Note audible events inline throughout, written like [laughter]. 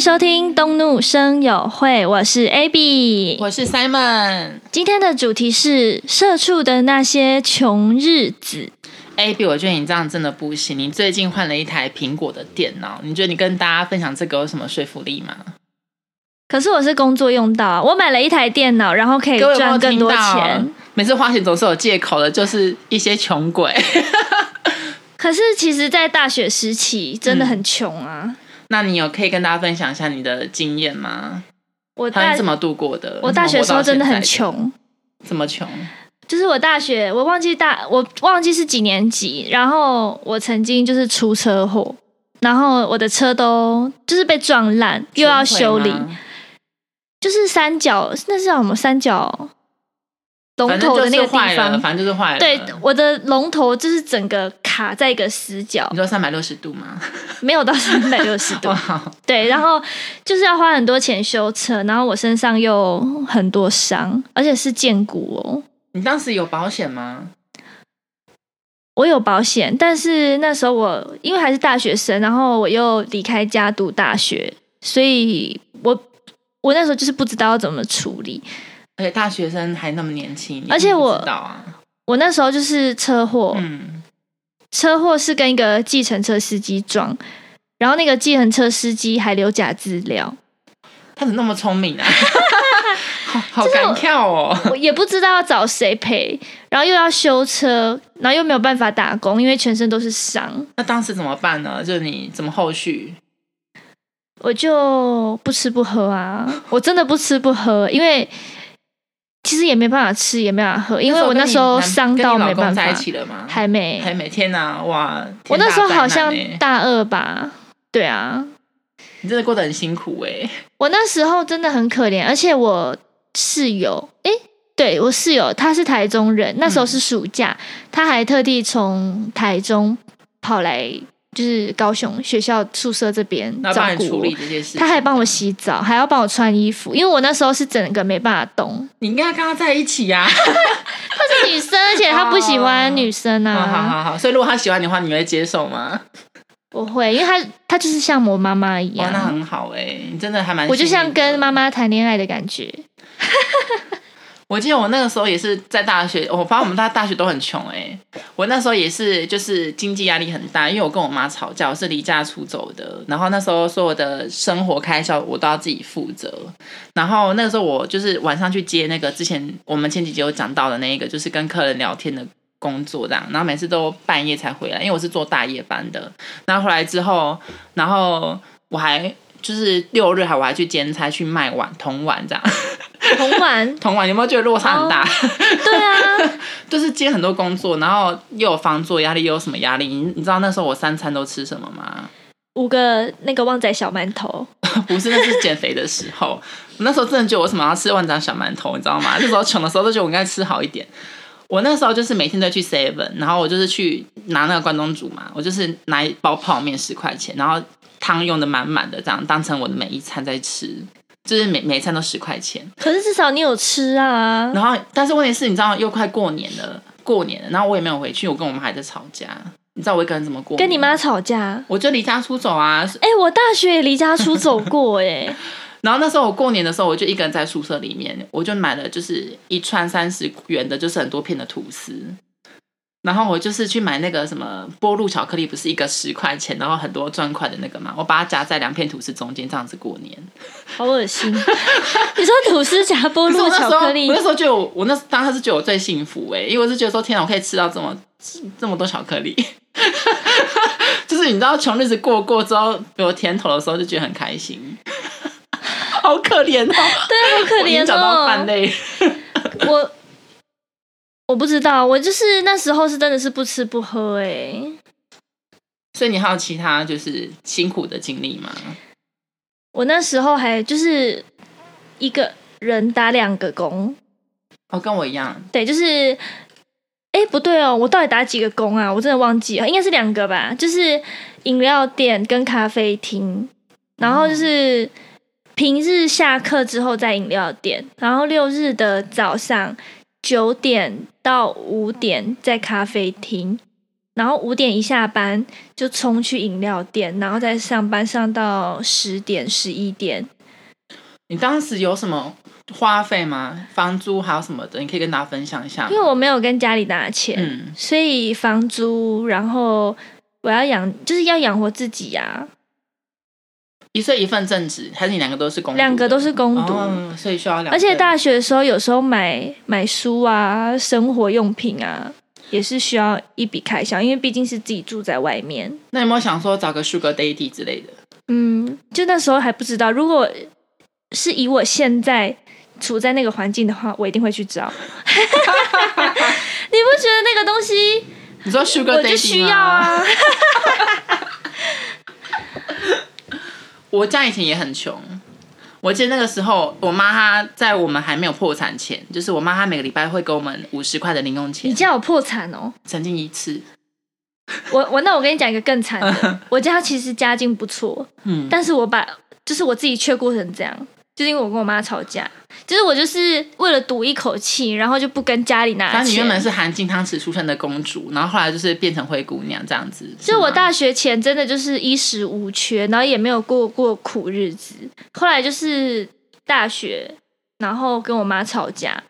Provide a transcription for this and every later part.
收听《东怒生友会》，我是 AB，我是 Simon。今天的主题是社畜的那些穷日子。 AB，我觉得你这样真的不行。你最近换了一台苹果的电脑，你觉得你跟大家分享这个有什么说服力吗？可是我是工作用到啊，我买了一台电脑，然后可以各位有没有赚更听多到钱。每次花钱总是有借口的，就是一些穷鬼。 [laughs] 可是其实，在大学时期真的很穷啊。嗯那你有可以跟大家分享一下你的经验吗？我他大是怎么度过的？我大学时候真的很你怎么活到穷，现在的，怎么穷？就是我大学我忘记大我忘记是几年级，然后我曾经就是出车祸，然后我的车都就是被撞烂，又要修理穷，鬼吗就是三角那是叫什么三角龙反正头就的那是个地坏了，方。反正就是坏了。对，我的龙头就是整个卡在一个死角你，说三百六十度吗？没有到三百六十度。哇，对，然后就是要花很多钱修车，然后我身上又很多伤，而且是见骨哦。你当时有保险吗？我有保险，但是那时候我因为还是大学生，然后我又离开家读大学，所以我我那时候就是不知道要怎么处理。而且大学生还那么年轻，你而且不我知道啊，我那时候就是车祸，嗯，车祸是跟一个计程车司机撞，然后那个计程车司机还留假资 [laughs] 料，他怎么那么聪 [laughs] 明啊？好好敢跳哦！我也不知道要找谁赔，然后又要修车，然后又没有办法打工，因为全身都是伤，那当时怎么办呢？就是你怎么后续？我就不吃不喝 [laughs] 啊，我真的不吃不喝，因为其实也没办法吃，也没办法喝，因为我那时候跟你男伤到跟你没老公办法在一，起了吗？还没，还每天呐、哇！我天大那时候灾难好像欸大二吧，对啊，你真的过得很辛苦哎、我那时候真的很可怜，而且我室友，诶，对我室友他是台中人，那嗯时候是暑假，他还特地从台中跑来，就是高雄学校宿舍这边然后照帮你顾处我理。这些事情。他还帮我洗澡，还要帮我穿衣服，因为我那时候是整个没办法动。你应该跟他在一起啊呀、她是女生，而且她不喜欢女生啊！好好啊。好好，所以如果他喜欢你的话，你会接受吗？我会，因为她她就是像我妈妈一哇，那样，很好哎、你真的还蛮……我就像跟妈。妈谈恋爱的感觉。我记得我那个时候也是在大学，哦我发现我们大大学都很穷哎、我那时候也是，就是经济压力很大，因为我跟我妈吵架，我是离家出走的，然后那时候所有的生活开销我都要自己负责。然后那个时候我就是晚上去接那个之前我们前几集有讲到的那一个，就是跟客人聊天的工作这样，然后每次都半夜才回来，因为我是做大夜班的。然后回来之后，然后我还就是六日还我还去兼差去卖碗铜碗这样， [laughs] 红丸，铜碗有没有觉得落差很大？ [laughs] 对啊，就是接很多工作，然后又有房租的压力，又有什么压力？你你知道那时候我三餐都吃什么吗？ [laughs] 五个那个旺仔小馒头。不是，那是减肥的时候。我那时候真的觉得我为什么要吃万张小馒头，你知道吗？那时候穷的时候都觉得我应该吃好一点。我那时候就是每天都去 Seven，然后我就是去拿那个关东煮嘛，我就是拿一包泡面十块钱，然后汤用的满满的，这样当成我的每一餐在吃，就是每每一餐都十块钱。可是至少你有吃啊。然后，但是问题是，你知道又快过年了，过年了，然后我也没有回去，我跟我妈还在吵架。你知道我一个人怎么过？跟你妈，吵架。我就离家出走啊。是哎、我大学也离家出走过哎、 [laughs] 然后那时候我过年的时候，我就一个人在宿舍里面，我就买了就是一串三十元的，就是很多片的吐司。然后我就是去买那个什么波露巧克力，不是一个十块钱，然后很多砖块的那个嘛，我把它夹在两片吐司中间，这样子过年。好恶心。你说吐司夹菠可是萝 [laughs] 我那时巧候，克力我那时候觉得我，我那当时是觉得我最幸福哎、因为我是觉得说，天哪，我可以吃到这么这么多巧克力， [laughs] 就是你知道穷日子过过之后有甜头的时候，就觉得很开心。 [laughs] 好可怜哦，啊好可我已怜经找到饭哦。类。我我不知道，我就是那时候是真的是不吃不喝哎、所以你还有其他就是辛苦的经历吗？我那时候还就是一个人打两个工，哦，跟我一样，对，就是，哎，不对哦，我到底打几个工啊？我真的忘记了，应该是两个吧，就是饮料店跟咖啡厅，然后就是平日下课之后在饮料店，然后六日的早上九点到五点在咖啡厅，然后五点一下班就冲去饮料店，然后再上班上到十点十一点。你当时有什么花费吗？房租还有什么的，你可以跟大家分享一下吗。因为我没有跟家里拿钱，嗯，所以房租，然后我要养，就是要养活自己啊呀、一岁一份正职，还是你两个都是工？两个都是工读。哦，所以需要两。而且大学的时候，有时候买买书啊、生活用品啊，也是需要一笔开销，因为毕竟是自己住在外面。那有没有想说找个 Sugar Daddy 之类的？嗯，就那时候还不知道，如果是以我现在处在那个环境的话，我一定会去找。 [laughs] 你不觉得那个东西你说 Sugar 我 Daddy 吗就需要啊？我家以前也很穷，我记得那个时候，我妈她在我们还没有破产前，就是我妈她每个礼拜会给我们五十块的零用你钱，叫我破产哦！曾经一次，我我那我跟你讲一个更惨的，我家其实家境不错，嗯，但是我把就是我自己却过成这样，就是因为我跟我妈吵架，就是我就是为了赌一口气，然后就不跟家里拿钱。反正你原本是含金汤匙出生的公主，然后后来就是变成灰姑娘这样子。是就我吗大学前真的就是衣食无缺，然后也没有过过苦日子。后来就是大学，然后跟我妈吵架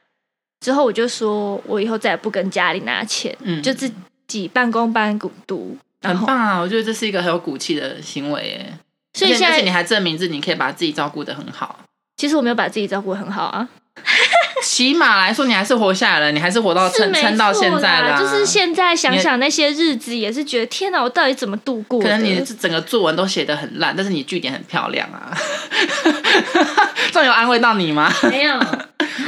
之后，我就说我以后再也不跟家里拿钱，嗯就自己半工半读。然很后，棒啊！我觉得这是一个很有骨气的行为耶。所以而且现而且你在还证明自己可以把自己照顾的很好，其实我没有把自己照顾得很好啊，起码来说你还是活下来了，你还是活到是撑没撑到现错在啦。啦。就是现在想你想那些日子，也是觉得天哪，我到底怎么度过可的？能你整个作文都写的很烂，但是你句点很漂亮啊。 [laughs] 这样有安慰到你吗？ [laughs] 没有， [laughs] 好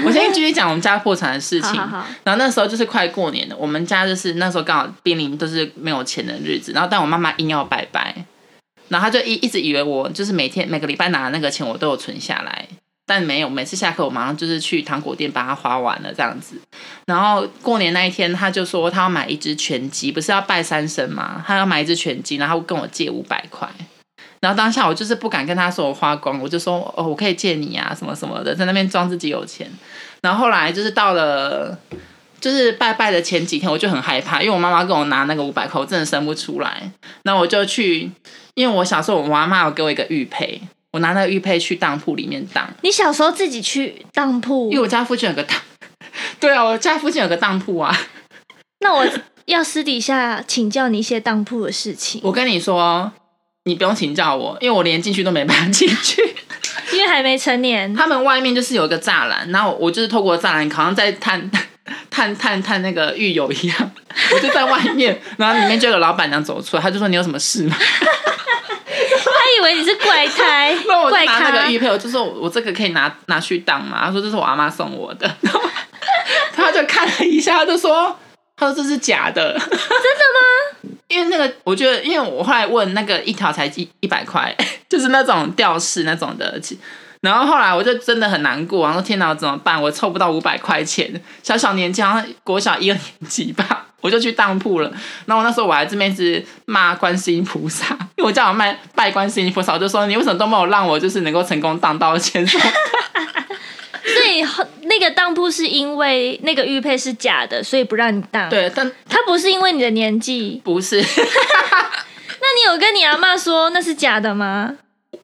我先继续讲我们家破产的事情。好好，然后那时候就是快过年了，我们家就是那时候刚好濒临都是没有钱的日子，然后但我妈妈硬要拜拜，然后她就一一直以为我就是每天每个礼拜拿的那个钱我都有存下来，但没有，每次下课我马上就是去糖果店把它花完了这样子。然后过年那一天，她就说她要买一只拳击，不是要拜三神吗？她要买一只拳击，然后她跟我借五百块。然后当下我就是不敢跟她说我花光，我就说哦我可以借你啊什么什么的，在那边装自己有钱。然后后来就是到了就是拜拜的前几天，我就很害怕，因为我妈妈跟我拿那个五百块，我真的生不出来。那我就去，因为我小时候我妈妈有给我一个玉佩，我拿那个玉佩去当铺里面当，你小时候自己去当铺因为，我家附近有个当， [laughs] 对啊，我家附近有个当铺啊。那我要私底下请教你一些当铺的事情，我跟你说，你不用请教我，因为我连进去都没办法进去。 [laughs] 因为还没成年。他们外面就是有一个栅栏，然后我就是透过栅栏，好像在探 [laughs] 探探探那个狱友一样，我就在外面，然后里面就有个老板娘走出来，她就说：“你有什么事吗？”，他以为你是怪胎 [laughs] 那我就怪拿那咖个玉。佩，我就说我这个可以拿拿去当嘛。他说这是我阿妈送我的，然后他就看了一下，他就说他说这是假的，真的吗？因为那个我觉得，因为我后来问那个一条才一一百块， [laughs] 就是那种吊饰那种的。其然后后来我就真的很难过，然后天哪，我怎么办？我凑不到五百块钱，小小年纪，好像国小一二年级吧， [laughs] 我就去当铺了。然后我那时候我还这边是骂观世音菩萨，因为我叫我卖拜观世音菩萨，我就说你为什么都没有让我就是能够成功当到钱？所以后那个当铺是因为那个玉佩是假的，所以不让你当。，对，但他不是因为你的年纪。不是，那你有跟你阿妈说那是假的吗？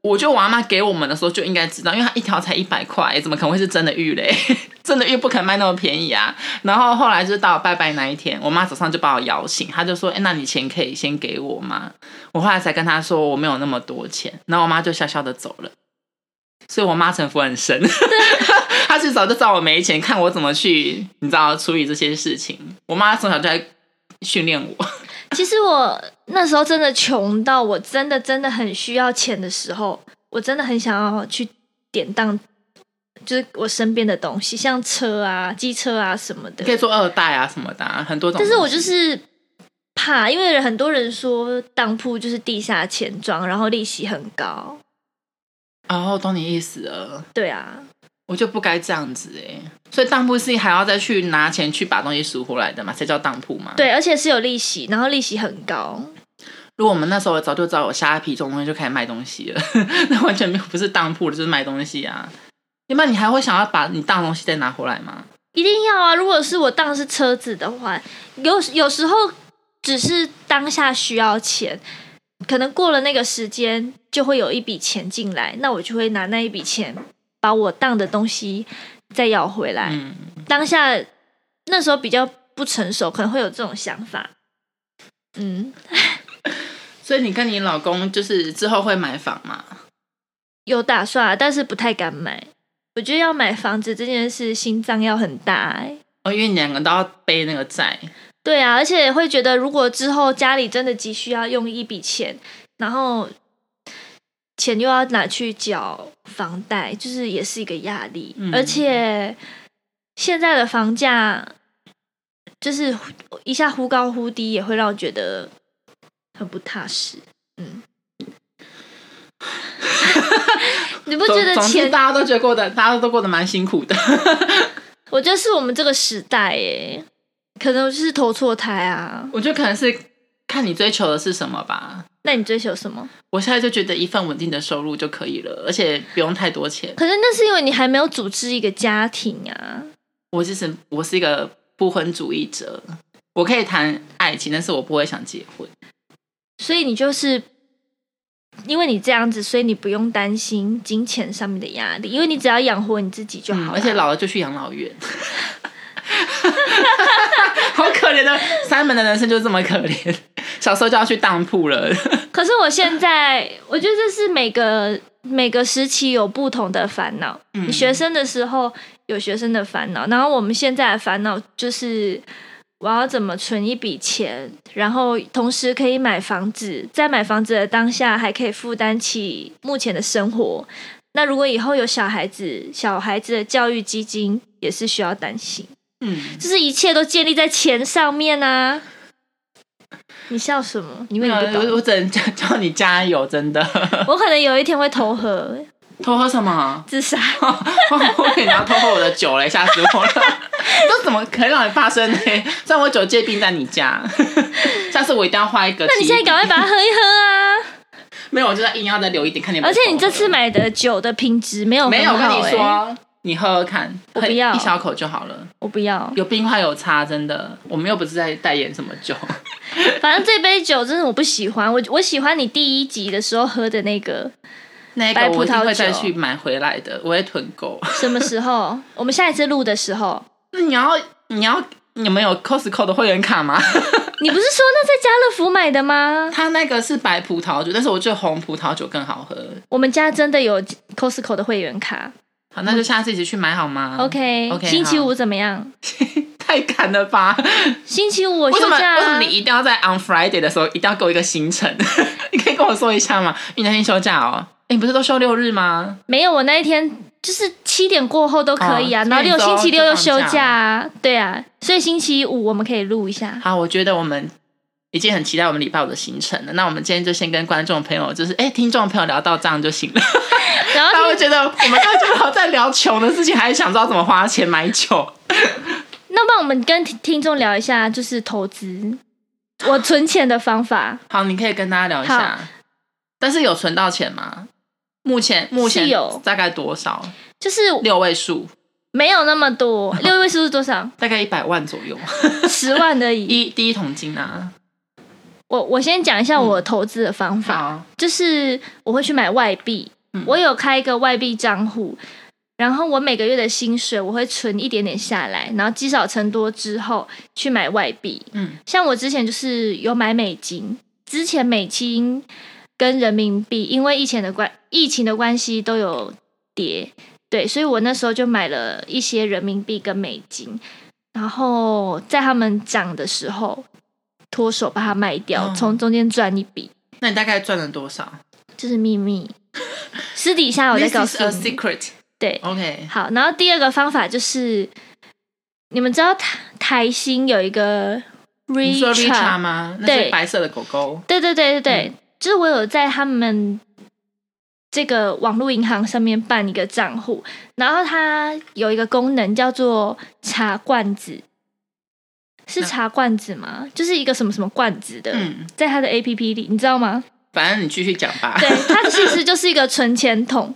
我觉得我阿妈给我们的时候就应该知道，因为她一条才一百块，怎么可能会是真的玉嘞？ [laughs] 真的玉不可能卖那么便宜啊！然后后来就是到拜拜那一天，我妈早上就把我摇醒，她就说：“哎、那你钱可以先给我吗？”我后来才跟她说我没有那么多钱，然后我妈就笑笑的走了。所以我妈城府 [laughs] 很深，她至早就知道我没钱，看我怎么去，你知道处理这些事情。我妈从小就在训练我， [laughs] 其实我那时候真的穷到我真的真的很需要钱的时候，我真的很想要去典当，就是我身边的东西，像车啊、机车啊什么的。可以做二代啊什么的啊、很多种但东西。是我就是怕，因为很多人说当铺就是地下钱庄，然后利息很高。哦，我懂你意思了。对啊，我就不该这样子哎、所以当铺是还要再去拿钱去把东西赎回来的嘛？才叫当铺嘛？。对，而且是有利息，然后利息很高。如果我们那时候早就知道有虾皮这种东西就开始卖东西了， [laughs] 那完全没有不是当铺的，就是卖东西啊。要不然你还会想要把你当的东西再拿回来吗？一定要啊！如果是我当是车子的话，有有时候只是当下需要钱，可能过了那个时间就会有一笔钱进来，那我就会拿那一笔钱把我当的东西再要回来。嗯，当下那时候比较不成熟，可能会有这种想法。嗯，所以你跟你老公就是之后会买房嘛？有打算啊，但是不太敢买。我觉得要买房子这件事，心脏要很大哎、哦，因为你两个都要背那个债，对啊，而且会觉得，如果之后家里真的急需要用一笔钱，然后钱又要拿去缴房贷，就是也是一个压力。嗯而且现在的房价就是忽一下忽高忽低，也会让我觉得很不踏实。嗯， [laughs] 你不总觉得总之钱？大家都觉得过得，大家都过得蛮辛苦的。 [laughs] 我觉得是我们这个时代耶，可能就是投错胎啊。我觉得可能是看你追求的是什么吧。那你追求什么？我现在就觉得一份稳定的收入就可以了，而且不用太多钱。可是那是因为你还没有组织一个家庭啊。我其实我是一个不婚主义者，我可以谈爱情，但是我不会想结婚。所以你就是因为你这样子，所以你不用担心金钱上面的压力，因为你只要养活你自己就好了。嗯而且老了就去养老院。 [laughs] 好可怜的三门的人生就这么可怜，小时候就要去当铺了。可是我现在，我觉得这是每个每个时期有不同的烦恼。嗯你学生的时候有学生的烦恼，然后我们现在的烦恼就是我要怎么存一笔钱，然后同时可以买房子，在买房子的当下还可以负担起目前的生活。那如果以后有小孩子，小孩子的教育基金也是需要担心，嗯，就是一切都建立在钱上面啊。你笑什么？因为你不懂我我只能叫叫你加油，真的。 [laughs] 我可能有一天会投河偷喝什么？自 [laughs] 杀，我以为你要偷喝我的酒嘞，吓死我了！ [laughs] 这怎么可以让你发生呢？虽然我酒戒病在你家，下次我一定要画一个。那你现在赶快把它喝一喝 [laughs] 啊！没有，我就是硬要再留一点，看你有没而有偷喝。且你这次买的酒的品质没有没很有？好、我欸，跟你说，你喝喝看，我不要喝一小口就好了。我不要。有冰块有差，真的，我们又不是在代言什么 [laughs] 酒。反正这杯酒真的我不喜欢，我我喜欢你第一集的时候喝的那个，那白个葡萄酒我一定会再去买回来的，我会囤购。 [laughs] 什么时候？ [laughs] 我们下一次录的时候，那你要你要你们有 Costco 的会员卡吗？ [laughs] 你不是说那在家乐福买的吗？它那个是白葡萄酒，但是我觉得红葡萄酒更好喝。我们家真的有 Costco 的会员卡。好，那就下次一起去买好吗嗯 OK，, OK，星期好五怎么样？太赶了吧？星期五我为休什么假、为什么啊你。一定要在 on Friday 的时候一定要给我一个行程？ [laughs] 你可以跟我说一下吗？你那天休假哦？诶你不是都休六日吗？没有，我那一天就是七点过后都可以啊，哦然后六所以星你期六周又就休放假假啊，对啊，所以星期五我们可以录一 [laughs] 下。好，我觉得我们已经很期待我们礼拜五的行程了。那我们今天就先跟观众朋友，就是诶听众朋友聊到这样就行了。 [laughs] 然后他听会觉得我们刚刚就在聊穷的事情，还想知道怎么花钱买酒。那帮我们跟听听众聊一下，就是投资，我存钱的方法好，你可以跟大家聊一下好。但是有存到钱吗？目前目前是有大概多少？就是六位数，没有那么多，六位数是多少？大概一百万左右。十万而已。一第一桶金啊，我我先讲一下我投资的方法，好，就是我会去买外币，嗯我有开一个外币账户，然后我每个月的薪水我会存一点点下来，然后积少成多之后去买外币。嗯像我之前就是有买美金，之前美金跟人民币因为疫情的关疫情的关系都有跌，对，所以我那时候就买了一些人民币跟美金，然后在他们涨的时候脱手把它卖掉，嗯从中间赚一笔，那你大概赚了多少？这是秘密， [laughs] 私底下我再 This 告 is 诉 a 你。 secret。对， OK，好，然后第二个方法就是，你们知道台台新有一个你说 Richard Richard 吗？那对是白色的狗狗。对对对对嗯对，就是我有在他们这个网络银行上面办一个账户，然后它有一个功能叫做茶罐子，是那茶罐子吗？就是一个什么什么罐子的，嗯，在它的 A P P 里，你知道吗？反正你继续讲吧。对，它其实就是一个存钱筒，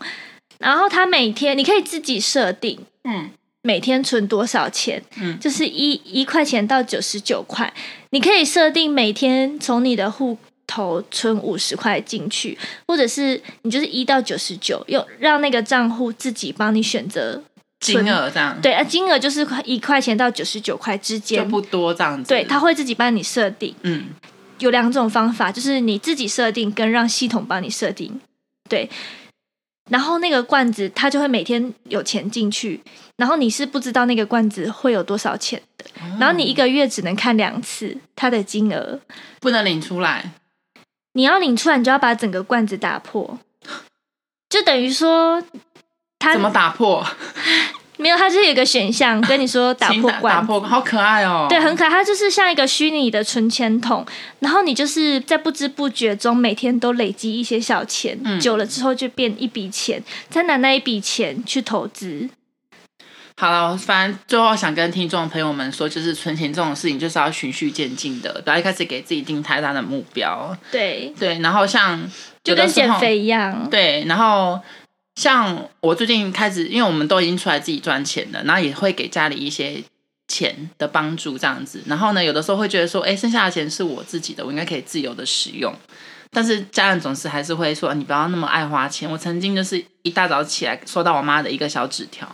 然后它每天你可以自己设定。嗯，每天存多少钱，嗯就是一一块钱到九十九块，你可以设定每天从你的户头存五十块进去，或者是你就是一到九十九，用让那个账户自己帮你选择。金额这样，，对啊，金额就是一块钱到九十九块之就间，不多这样子。对，他会自己帮你设定。嗯，有两种方法，就是你自己设定跟让系统帮你设定。对，然后那个罐子它就会每天有钱进去，然后你是不知道那个罐子会有多少钱的，哦然后你一个月只能看两次它的金额。不能领出来，你要领出来，你就要把整个罐子打破，就等于说它怎么打破？没有，它就是有一个选项跟你说打请破罐打子破，好可爱哦。对，很可爱，它就是像一个虚拟的存钱筒，然后你就是在不知不觉中每天都累积一些小钱，嗯久了之后就变一笔钱，再拿那一笔钱去投资。好了，反正最后想跟听众朋友们说，就是存钱这种事情就是要循序渐进的，啊不要一开始给自己定太大的目标。对，对，然后像就有的跟时减候肥一样。对，然后像我最近开始，因为我们都已经出来自己赚钱了，然后也会给家里一些钱的帮助这样子。然后呢，有的时候会觉得说，哎，剩下的钱是我自己的，我应该可以自由的使用。但是家人总是还是会说，你不要那么爱花钱。我曾经就是一大早起来收到我妈的一个小纸条，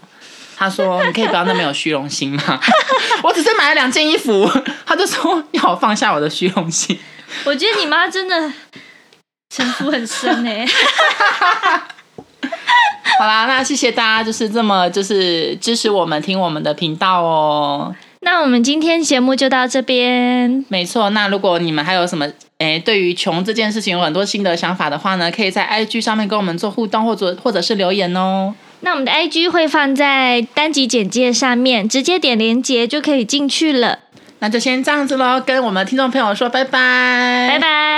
她说：“你可以不要那么有虚荣心吗？ [laughs] 我只是买了两件衣服。”她就说：“要我放下我的虚荣心。”我觉得你妈真的城府很深哎、好啦，那谢谢大家，就是这么就是支持我们听我们的频道哦。那我们今天节目就到这边，没错，那如果你们还有什么诶，对于穷这件事情有很多新的想法的话呢，可以在 IG 上面跟我们做互动，或者或者是留言哦。那我们的 IG 会放在单集简介上面，直接点连接就可以进去了。那就先这样子喽，跟我们的听众朋友说拜拜，拜拜。